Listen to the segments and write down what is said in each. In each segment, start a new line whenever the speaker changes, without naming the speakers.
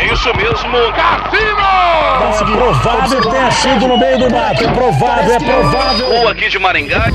É isso mesmo, Cassino!
Mas provável tenha sido no meio do mato. É provável, é provável.
Ou aqui de Maringá.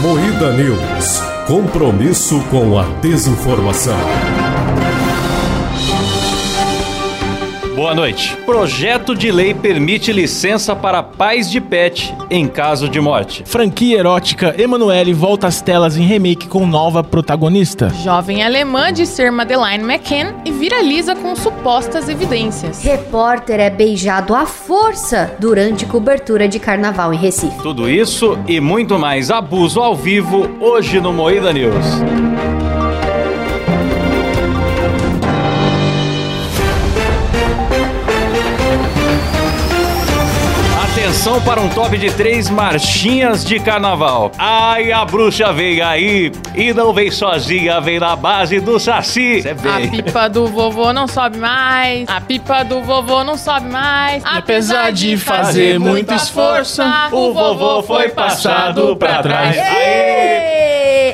Moída News. Compromisso com a desinformação.
Boa noite. Projeto de lei permite licença para pais de pet em caso de morte.
Franquia erótica Emanuele volta às telas em remake com nova protagonista.
Jovem alemã de ser Madeleine McCann e viraliza com supostas evidências.
Repórter é beijado à força durante cobertura de carnaval em Recife.
Tudo isso e muito mais abuso ao vivo hoje no Moída News. Atenção para um top de três marchinhas de carnaval. Ai, a bruxa veio aí e não vem sozinha, vem na base do Saci. Cê
A
vem.
pipa do vovô não sobe mais. A pipa do vovô não sobe mais.
Apesar de fazer muito esforço,
o vovô foi passado pra trás.
Ê,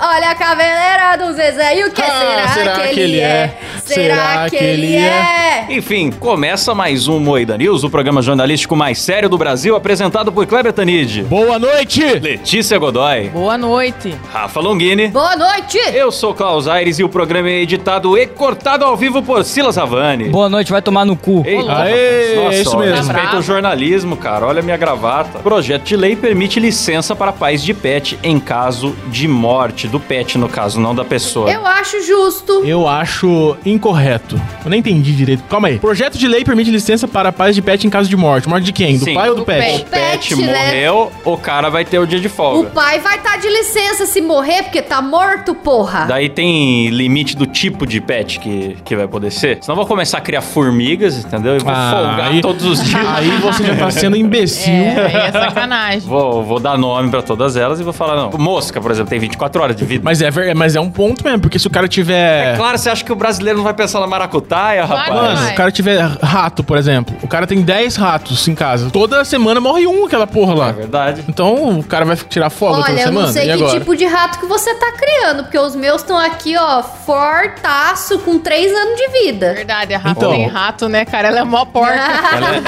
Olha a caveleira do Zezé. E o que
Ah,
será,
será
que ele é? Será que ele é?
Enfim, começa mais um Moeda News, o programa jornalístico mais sério do Brasil, apresentado por Kleber Tanid,
Boa noite!
Letícia Godoy,
Boa noite.
Rafa Longini.
Boa noite!
Eu sou Klaus Aires e o programa é editado e cortado ao vivo por Silas Havani.
Boa noite, vai tomar no cu.
Eita,
Aê,
rapaz.
é isso
olha,
mesmo.
Respeita o jornalismo, cara. Olha a minha gravata. Projeto de lei permite licença para pais de pet em caso de morte do pet, no caso, não da pessoa.
Eu acho justo.
Eu acho incorreto. Eu não entendi direito. Calma aí. Projeto de lei permite licença para pais de pet em caso de morte. Morte de quem? Do
Sim.
pai ou do,
Do
pet?
pet.
O pet
Pet, né?
morreu, o cara vai ter o dia de
O
folga.
pai vai estar de licença se morrer, porque tá morto, porra.
Daí tem limite do tipo de pet que, que vai poder ser. Senão eu vou começar a criar formigas, entendeu? E vou
Ah,
folgar
aí-
todos os dias.
Aí você já tá sendo imbecil.
É, aí é sacanagem.
Vou, vou dar nome pra todas elas e vou falar, não. Mosca, por exemplo, tem 24 horas de vida.
Mas, é ver... Mas é um ponto mesmo, porque se o cara tiver.
Claro, você acha É que o brasileiro não vai pensar na maracutaia,
Claro que
rapaz?
vai.
Mano, se o cara tiver rato, por exemplo. O cara tem 10 ratos em casa. Toda semana morre um aquela porra lá.
É verdade.
Então o cara vai tirar folga toda
Olha, eu
semana?
não sei
e
que
agora?
tipo de rato que você tá criando, porque os meus estão aqui, ó, fortaço, com três anos de vida.
Verdade, a Rafa
Então.
tem rato, né, cara? Ela é mó porca.
Ela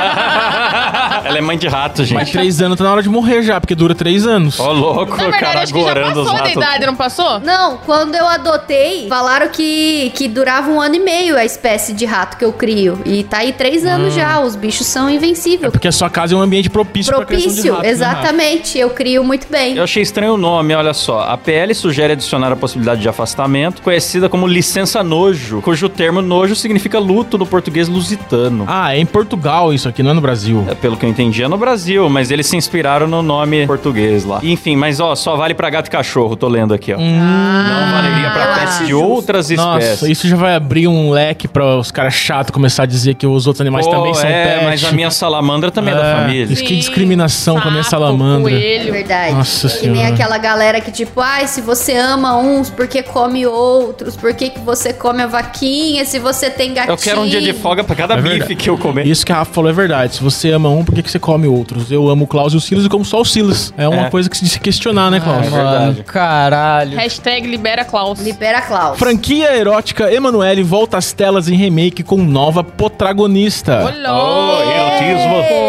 é... Ela é mãe de rato,
Mas
gente.
três anos tá na hora de morrer já, porque dura três anos.
Ó, louco,
Na
o
verdade,
cara
acho que já
gorando os
passou da
ratos.
idade, não passou?
Não, quando eu adotei, falaram que, que durava um ano e meio a espécie de rato que eu crio. E tá aí três anos já, os bichos são
Hum. É
invencíveis.
porque a sua casa é um ambiente propício, pra criação de
Propício,
rato, né, Rafa?
exatamente, eu crio muito bem. é
Eu achei estranho o nome, olha só. A PL sugere adicionar a possibilidade de afastamento, conhecida como licença nojo, cujo termo nojo significa luto no português lusitano.
Ah, é em Portugal isso aqui, não é no Brasil.
É, Pelo que eu entendi, é no Brasil, mas eles se inspiraram no nome português lá. Enfim, mas ó, só vale pra gato e cachorro, tô lendo aqui, ó. Ah. Não valeria pra
Ah,
pets de
justo.
outras espécies.
Hum, Nossa, isso já vai abrir um leque pra os caras chatos começar a dizer que os outros animais
Pô,
também são
é,
pet.
mas a minha salamandra também é, da
É,
família.
isso que discriminação com a minha
Sapo,
salamandra.
coelho.
Verdade.
Nossa
que nem
Senhora.
aquela galera que, tipo, ai, se você ama uns, por que come outros? Por que, que você come a vaquinha? Se você tem gatinho.
Eu quero um dia de folga pra cada
É
bife
verdade.
que eu comer.
Isso que a Rafa falou é verdade. Se você ama um, por que, que você come outros? Eu amo o Klaus e o Silas e como só o Silas. É uma
É.
coisa que se de se questionar, né, Klaus?
é verdade.
Caralho.
Hashtag libera Klaus.
Libera Klaus.
Franquia erótica Emanuele volta às telas em remake com nova protagonista.
Oh,
Olô!
É.
erotismo.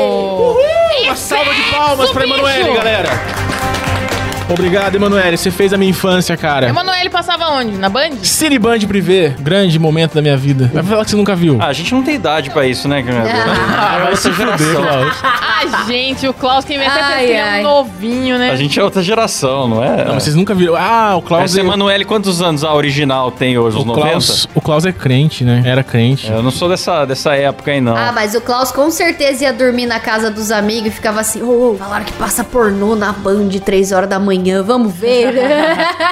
Uma salva de palmas pra
bicho!
Emanuele, galera. Obrigado, Emanuele. Você fez a minha infância, cara.
Emanuele passava onde? Na Band?
Cineband Privé, grande momento da minha vida. Vai falar que você nunca viu.
Ah, a gente não tem idade pra isso, né, Gabriel?
Ah,
Vai se
Fudeu, Klaus.
Ah, gente, o Klaus quem inventa
Ai,
ai, é
ai.
um novinho, né?
A gente é outra geração, não é?
Não, mas vocês nunca viram. Ah, o Klaus.
Essa
é-
Emanuele, quantos anos a original tem hoje? Os
o
90?
Klaus, o Klaus é crente, né? Era crente.
Eu não sou dessa, dessa época aí, não.
Ah, mas o Klaus com certeza ia dormir na casa dos amigos e ficava assim, ô, ô, falaram que passa pornô na Band três horas da manhã, vamos ver.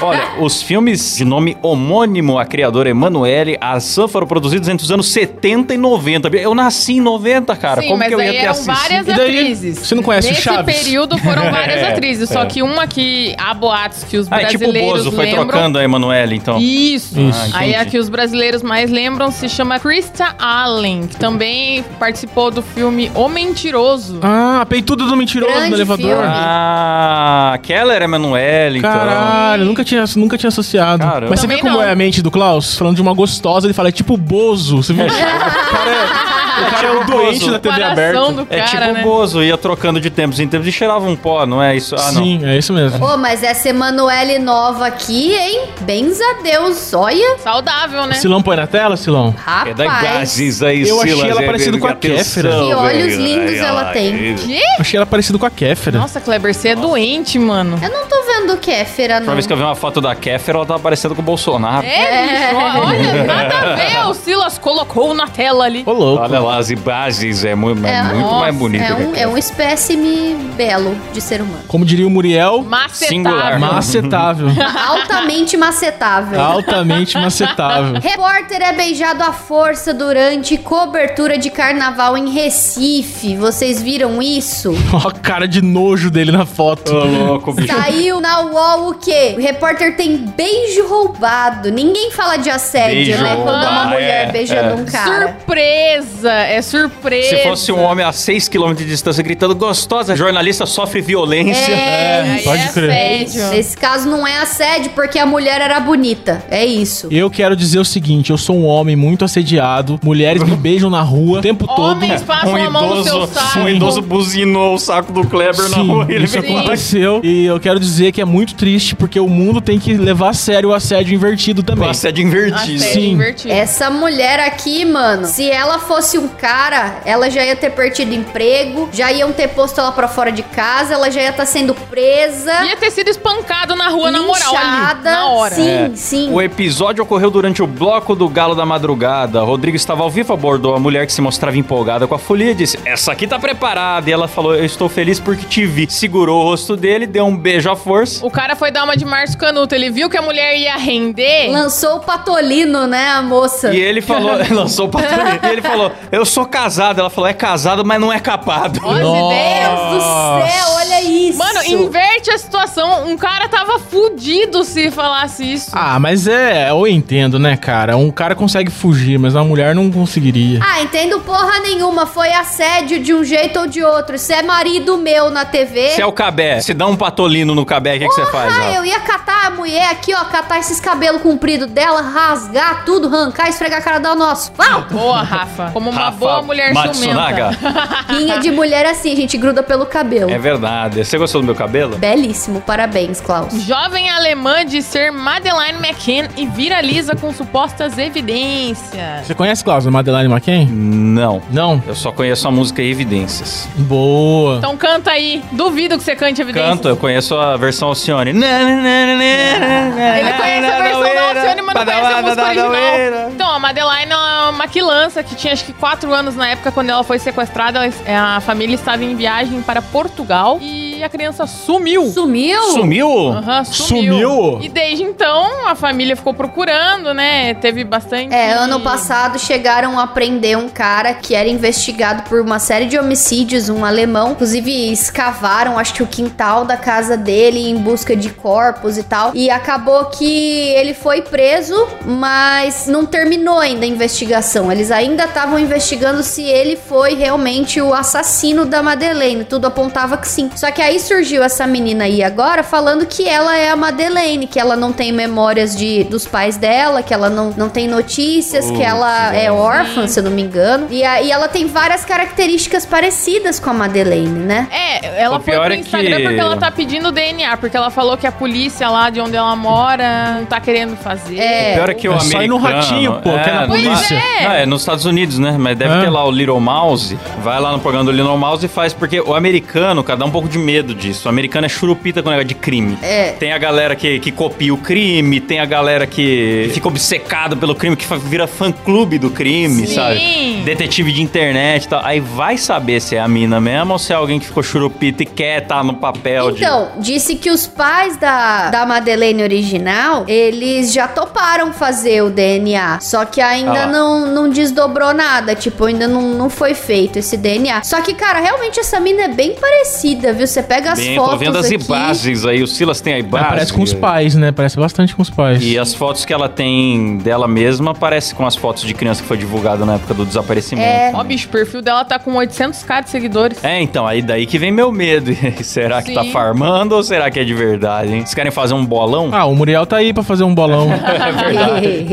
Olha, os filmes de nome homônimo à criadora Emanuele Assan foram produzidos entre os anos 70 e 90. Eu nasci em 90, cara.
Sim,
Como
mas
que eu ia
aí
ter
eram
assistido?
várias
E daí,
atrizes.
você não conhece o
Nesse
Chaves?
período foram várias
É,
atrizes, só que uma que há boatos que os
Ah, é tipo o
brasileiros
Bozo, foi
lembram.
trocando a Emanuele, então.
Isso.
Isso.
Ah,
Aí a
entendi.
que os brasileiros mais lembram se chama Krista Allen, que também participou do filme O Mentiroso.
Ah, a peituda do mentiroso
Grande
no elevador.
filme.
Ah, aquela era Emanuele, Ah, então.
Caralho, nunca tinha, nunca tinha associado.
Caramba.
Mas você vê
Também
como
não.
é a mente do Klaus? Falando de uma gostosa, ele fala, é tipo Bozo. Você viu? o cara é, o cara é o
tipo
doente
Bozo.
da TV
Comparação
aberta.
do
É
cara,
tipo
né?
Bozo, ia trocando de tempos em tempos e cheirava um pó, não é isso? Ah, não.
Sim, é isso mesmo.
Ô, mas essa Emanuele nova aqui, hein? Bens a Deus, olha.
Saudável, né?
Silão põe na tela, Silão?
É da
Rapaz.
gases aí,
Eu achei
Silas,
ela
é,
parecida com a
atenção,
Kéfera.
Que olhos
velho,
lindos
aí,
ela
ó,
tem.
aí.
Achei ela parecida com a Kéfera.
Nossa, Kleber, você é doente, mano.
Eu não tô vendo o Kéfera,
Pra
não.
vez que eu vi uma foto da Kéfera, ela tá parecendo com o Bolsonaro.
É, bicho, ó, olha, nada a ver. O Silas colocou na tela ali.
Ô, louco.
Olha lá, as bases é muito, é muito
nossa,
mais bonito.
É
que a
um, é um espécime belo de ser humano.
Como diria o Muriel,
Singular.
Macetável.
macetável.
Altamente macetável.
Altamente macetável.
Repórter é beijado à força durante cobertura de carnaval em Recife. Vocês viram isso?
Ó a cara de nojo dele na foto.
Ô, louco, bicho.
Saiu na UOL o quê? O repórter tem beijo roubado. Ninguém fala de assédio,
Beijo
né? Quando é uma
roubado,
mulher
é,
beijando
é.
um cara.
Surpresa! É surpresa.
Se fosse um homem a 6km de distância gritando gostosa, jornalista sofre violência.
É,
Aí
Pode
é
crer.
assédio.
Nesse caso não é assédio porque a mulher era bonita. É isso.
Eu quero dizer o seguinte, eu sou um homem muito assediado, mulheres me beijam na rua o tempo todo.
Homens passam a mão no seu saco.
um idoso buzinou o saco do Kleber na
Sim,
rua e ele
isso é
ficou.
aconteceu e eu quero dizer que é muito triste porque o mundo tem que levar a sério o assédio invertido também.
Nossa, é de invertido.
Assédio
Sim.
invertido.
Essa mulher aqui, mano, se ela fosse um cara, ela já ia ter perdido emprego, já iam ter posto ela pra fora de casa, ela já ia estar sendo presa.
Ia ter sido espancado na rua, na moral, ali,
linchada.
na hora.
Sim,
É.
sim.
O episódio ocorreu durante o bloco do Galo da Madrugada. Rodrigo estava ao vivo, abordou a mulher que se mostrava empolgada com a folia e disse: Essa aqui tá preparada. E ela falou: Eu estou feliz porque te vi. Segurou o rosto dele, deu um beijo à força.
O cara foi dar uma de Márcio Canuto. Ele viu que a mulher ia render.
Lançou o patolino, né, a moça?
E ele falou, lançou o patrão. E ele falou: Eu sou casado. Ela falou: É casado, mas não é capado.
Olha as
Nossa.
ideias.
Deus do céu, olha isso.
Mano, inverte a situação. Um cara tava fudido se falasse isso.
Ah, mas é, eu entendo, né, cara? Um cara consegue fugir, mas uma mulher não conseguiria.
Ah, entendo porra nenhuma. Foi assédio de um jeito ou de outro. Se é marido meu na TV.
Se é o cabé, se dá um patolino no cabé, o que, que você faz?
Ah,
Rafa?
eu ia catar a mulher aqui, ó, catar esses cabelos compridos dela, rasgar tudo, arrancar, esfregar a cara dela no asfalto.
Boa, Rafa. Como uma
Rafa
boa mulher
Matsunaga.
ciumenta.
Rinha de mulher assim, a gente gruda pelo cabelo.
É verdade. Você gostou do meu cabelo?
Belíssimo, parabéns, Klaus.
Jovem alemã de ser Madeleine McCann e viraliza com supostas evidências.
Você conhece, Klaus, a Madeline McCain?
Não.
Não?
Eu só conheço a música Evidências.
Boa.
Então canta aí. Duvido que você cante evidências.
Canto, eu conheço a versão Alcione. Ele
Ele conhece a versão da Alcione, mas não conhece a música original.
original.
Então, a Madeline é uma maquilança que tinha acho que 4 anos na época quando ela foi sequestrada. Ela- A família estava em viagem para Portugal e a criança sumiu.
Sumiu?
Sumiu?
Aham,
Sumiu?
E desde então a família ficou procurando, né? Teve bastante.
É, ano passado chegaram a prender um cara que era investigado por uma série de homicídios, um alemão. Inclusive, escavaram, acho que o quintal da casa dele em busca de corpos e tal. E acabou que ele foi preso, mas não terminou ainda a investigação. Eles ainda estavam investigando se ele foi realmente o assassino da Madeleine. Tudo apontava que sim. Só que aí surgiu essa menina aí agora falando que ela é a Madeleine, que ela não tem memórias de, dos pais dela, que ela não, não tem notícias, que ela é órfã, se eu não me engano. E aí ela tem várias características parecidas com a Madeleine, né?
É, ela
O
foi
pior
pro
é que-
Instagram porque ela tá pedindo DNA, porque ela falou que a polícia lá de onde ela mora não tá querendo fazer.
É.
Pior é que o
É
americano...
só ir no ratinho, pô, que é na
não-
polícia.
Pois é.
Não, é nos Estados Unidos, né? Mas deve
É.
ter lá o Little Mouse. Vai lá no programa do Little Mouse e faz, porque o americano, cara, dá um pouco de medo disso. O americano é churupita com o negócio de crime.
É.
Tem a galera que, que copia o crime, tem a galera que fica obcecado pelo crime, que fa- vira fã-clube do crime,
Sim.
sabe? Detetive de internet e tal. Aí vai saber se é a mina mesmo ou se é alguém que ficou churupita e quer tá no papel de...
Então, disse que os pais da, da Madeleine original, eles já toparam fazer o DNA. Só que ainda
Ah lá.
não, não desdobrou nada. Tipo, ainda não, não foi feito esse DNA. Só que, cara, realmente essa mina é bem parecida, viu? Você pega as
Bem, tô
fotos
vendo as
aqui.
imagens aí. O Silas tem a
Ah,
imagem.
parece com os pais, né? Parece bastante com os pais.
E as fotos que ela tem dela mesma parecem com as fotos de criança que foi divulgada na época do desaparecimento.
É.
Ó, bicho, o perfil dela tá com 800k de seguidores.
É, então, aí daí que vem meu medo. E será que tá
Sim.
farmando ou será que é de verdade, hein? Vocês querem fazer um bolão?
Ah, o Muriel tá aí pra fazer um bolão.
é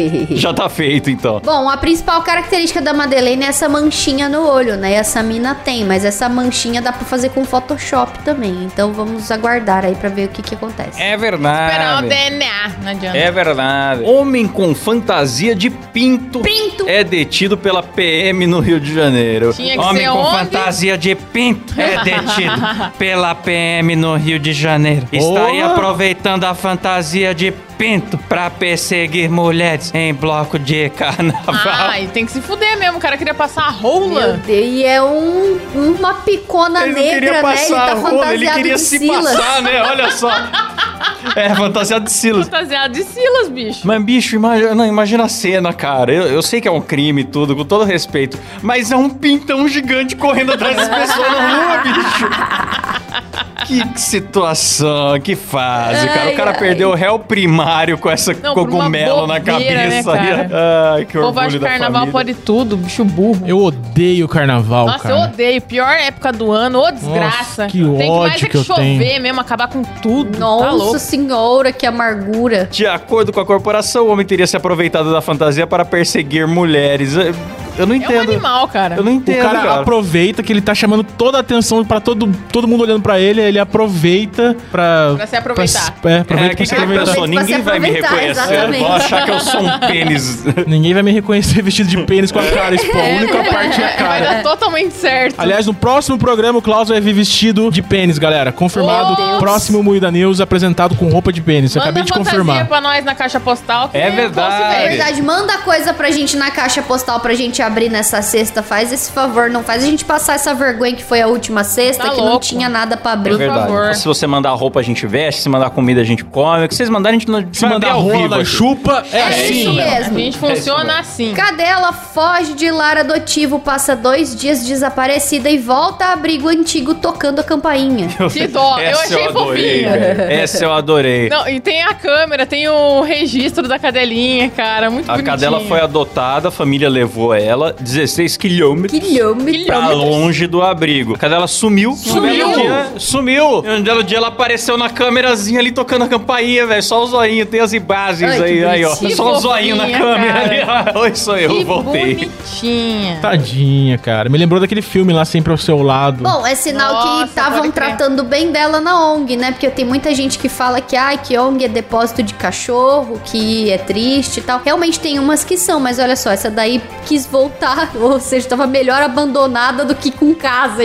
verdade. Já tá feito, então.
Bom, a principal característica da Madeleine é essa manchinha no olho, né? Essa mina tem, mas essa manchinha dá pra fazer com Photoshop também. Então vamos aguardar aí pra ver o que que acontece.
É
Esperar o
verdade.
DNA, não adianta.
É verdade. Homem com fantasia de pinto,
Pinto!
é detido pela PM no Rio de Janeiro.
Tinha que
Homem
ser
com
onde?
fantasia de pinto é detido pela PM no Rio de Janeiro. Estaria
Oh.
aproveitando a fantasia de pinto pra perseguir mulheres em bloco de carnaval.
Ai, tem que se fuder mesmo. O cara queria passar a
Meu
rola.
Deus, e é um, uma picona
Ele não
negra,
queria
né? Ele
passar
tá
a rola, ele
fantasiado
queria
de
se
Silas.
passar, né? Olha só. É, fantasiado de Silas.
Fantasiado de Silas, bicho.
Mas, bicho, imagina, não, imagina a cena, cara. Eu, eu sei que é um crime e tudo, com todo respeito. Mas é um pintão gigante correndo atrás das pessoas na rua, bicho. Que, que situação, que fase, cara.
Ai,
O cara
ai.
perdeu o réu primário com essa
Não, por uma
cogumelo na
bobeira, né,
cabeça. aí. Ai, que
O povo acha
orgulho
que
da
carnaval
família.
pode tudo, bicho burro.
Eu odeio carnaval,
Nossa,
cara.
eu odeio. Pior época do ano, ô desgraça.
Nossa, que
Tem que mais
ódio
é
que
que
eu
chover
tenho.
mesmo, acabar com tudo. tá
Nossa
louco.
senhora, que amargura.
De acordo com a corporação, o homem teria se aproveitado da fantasia para perseguir mulheres. Eu, eu não
É um
entendo.
animal, cara.
eu não
O
entendo,
cara,
cara.
aproveita que ele tá chamando toda a atenção pra todo, todo mundo olhando pra ele, ele aproveita pra.
Pra se aproveitar.
pra se- é, aproveita
É,
pra
quem
se
que ele
aproveitar.
pensou?
Aproveita pra
Ninguém
se
vai me
aproveitar,
reconhecer.
exatamente.
Vão achar que eu sou um pênis.
Ninguém vai me reconhecer vestido de pênis com a cara exposta. A única parte é a
Vai
cara.
dar totalmente certo.
Aliás, no próximo programa, o Klaus vai vir vestido de pênis, galera. Confirmado.
Meu Deus.
Próximo Moída News apresentado com roupa de pênis. Eu
Manda
acabei de
fantasia
confirmar.
pra nós na caixa postal. que eu
É
posso
verdade.
É
ver.
verdade, manda coisa pra gente na caixa postal pra gente abrir nessa sexta. Faz esse favor, não faz a gente passar essa vergonha que foi a última sexta,
Tá
que não
louco.
tinha nada pra abrir.
É verdade. favor.
Se você mandar roupa, a gente veste. Se mandar comida, a gente come. O que vocês mandarem, a gente não
Se mandar rola, chupa, é,
É
assim.
isso
A
mesmo.
gente funciona assim.
Cadela foge de lar adotivo, passa dois dias desaparecida e volta a abrigo antigo tocando a campainha.
Que dó. Eu
Essa
achei
adorei,
fofinho.
velho. Essa eu adorei.
Não, e tem a câmera, tem o registro da cadelinha, cara. Muito
a
bonitinho.
cadela foi adotada, a família levou ela 16 quilômetros.
Quilhômetro.
Pra longe do abrigo. A cadela sumiu.
Sumiu.
Um belo dia, sumiu. E Um belo dia ela apareceu na câmerazinha ali tocando a campainha, velho. Só o zoinho, tem as imagens
Ai, que
aí, aí, ó.
bonitinho.
Só o zoinho na
Fofinha,
câmera ali.
cara.
Oi, sou eu,
que
voltei.
bonitinha.
Tadinha, cara. Me lembrou daquele filme lá, Sempre ao Seu Lado.
Bom, é sinal que
Nossa,
estavam
pode crer.
tratando bem dela na ONG, né? Porque tem muita gente que fala que, ai, que ONG é depósito de cachorro, que é triste e tal. Realmente tem umas que são, mas olha só, essa daí quis voltar, ou seja, tava melhor abandonada do que com casa,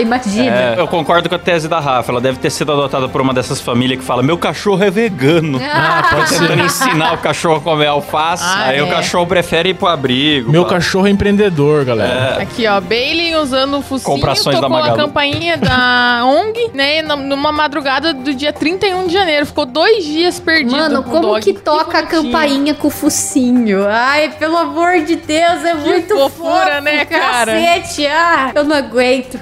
É,
imagina.
eu concordo com a tese da Rafa. Ela deve ter sido adotada por uma dessas famílias que fala: Meu cachorro é vegano.
Ah,
pode ser. Tentando ensinar o cachorro a comer alface.
Ah,
aí
é.
o cachorro prefere ir pro abrigo.
Meu
fala.
cachorro é empreendedor,
É.
galera.
Aqui, ó, Bailey usando o focinho,
Comprações da
tocou a
Magalu.
campainha da ONG, né, na- numa madrugada do dia 31 de janeiro. Ficou dois dias perdido
Mano,
com o
como
dog.
que toca a
bonitinho.
campainha com o focinho? Ai, pelo amor de Deus, é muito
fofura,
fofo,
né, cara?
Cacete, ah, eu não aguento.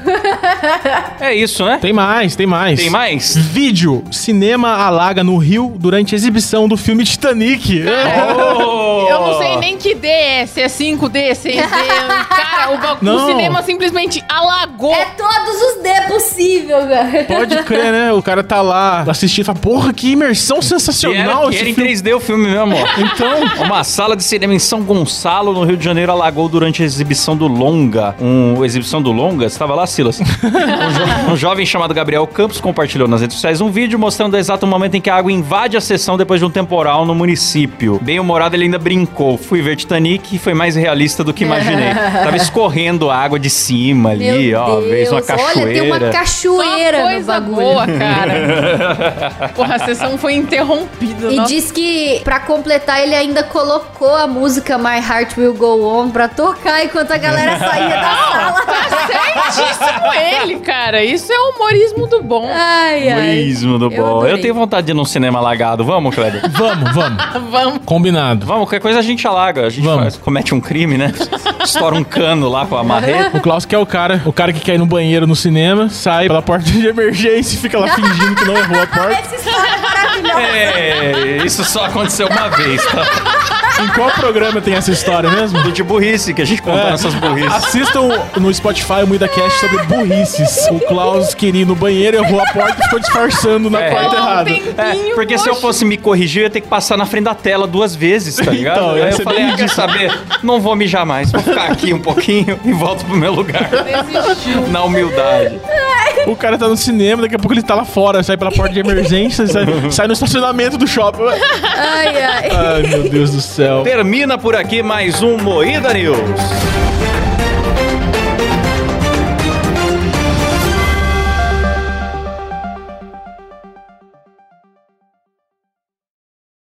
É isso, né?
Tem mais, tem mais.
Tem mais?
Vídeo. Cinema alaga no Rio durante a exibição do filme Titanic. É,
Oh!
Eu não sei nem que D é, se é 5D, 6D. cara, o, ba- o
Não.
cinema simplesmente alagou.
É todos os D possível, cara.
Pode crer, né? O cara tá lá assistindo e fala, porra, que
E
imersão
era,
sensacional
e
esse
era Oh! em
filme.
3D o filme mesmo, ó.
Então,
Uma sala de cinema em São Gonçalo, no Rio de Janeiro, alagou durante a exibição do Longa. Um, exibição do Longa? Você estava lá, Silas? Um, jo- um jovem chamado Gabriel Campos compartilhou nas redes sociais um vídeo mostrando o exato momento em que a água invade a sessão depois de um temporal no município. Bem-humorado, ele ainda brincou. Fui ver Titanic e foi mais realista do que imaginei. Tava escorrendo água de cima ali,
Meu
ó. Vez uma
Deus, Olha, tem uma
cachoeira.
Só
cachoeira no
coisa
bagulho.
boa, cara. Porra, a sessão foi interrompida.
E
nossa.
diz que, pra completar, ele ainda colocou a música My Heart Will Go On pra tocar lá enquanto a galera saía da sala.
Tá Certíssimo ele, cara. Isso é o humorismo do bom.
Ai, ai.
Turismo do
É, eu
bom. Eu
adorei.
tenho vontade de ir num cinema alagado. Vamos, Kleber.
Vamos, vamos.
Vamos.
Combinado.
Vamos, qualquer coisa a gente alaga. A gente
Vamos.
faz- comete um crime, né? Estoura um cano lá com a marreta.
O Klaus que é o cara, o cara que quer ir no banheiro no cinema, sai pela porta de emergência e fica lá fingindo que não errou a porta.
Essa história é maravilhosa.
É, isso só aconteceu uma vez, tá?
Em qual programa tem essa história mesmo?
Do de burrice, que a gente
É.
conta essas burrices.
Assistam no Spotify o MuidaCast sobre burrices. O Klaus queria ir no banheiro, errou a porta e ficou disfarçando na
É.
porta
um
errada.
É, porque se eu fosse me corrigir, eu ia ter que passar na frente da tela duas vezes, tá ligado?
Então, ia
Aí eu
ser
falei,
bem
ah, quer saber? Não vou mijar mais. Vou ficar aqui um pouquinho e volto pro meu lugar. Na humildade.
O cara tá no cinema, daqui a pouco ele tá lá fora, sai pela porta de emergência, sai, sai no estacionamento do shopping.
É.
Ai, ai.
Ai, meu Deus do céu.
Termina por aqui mais um Moída News.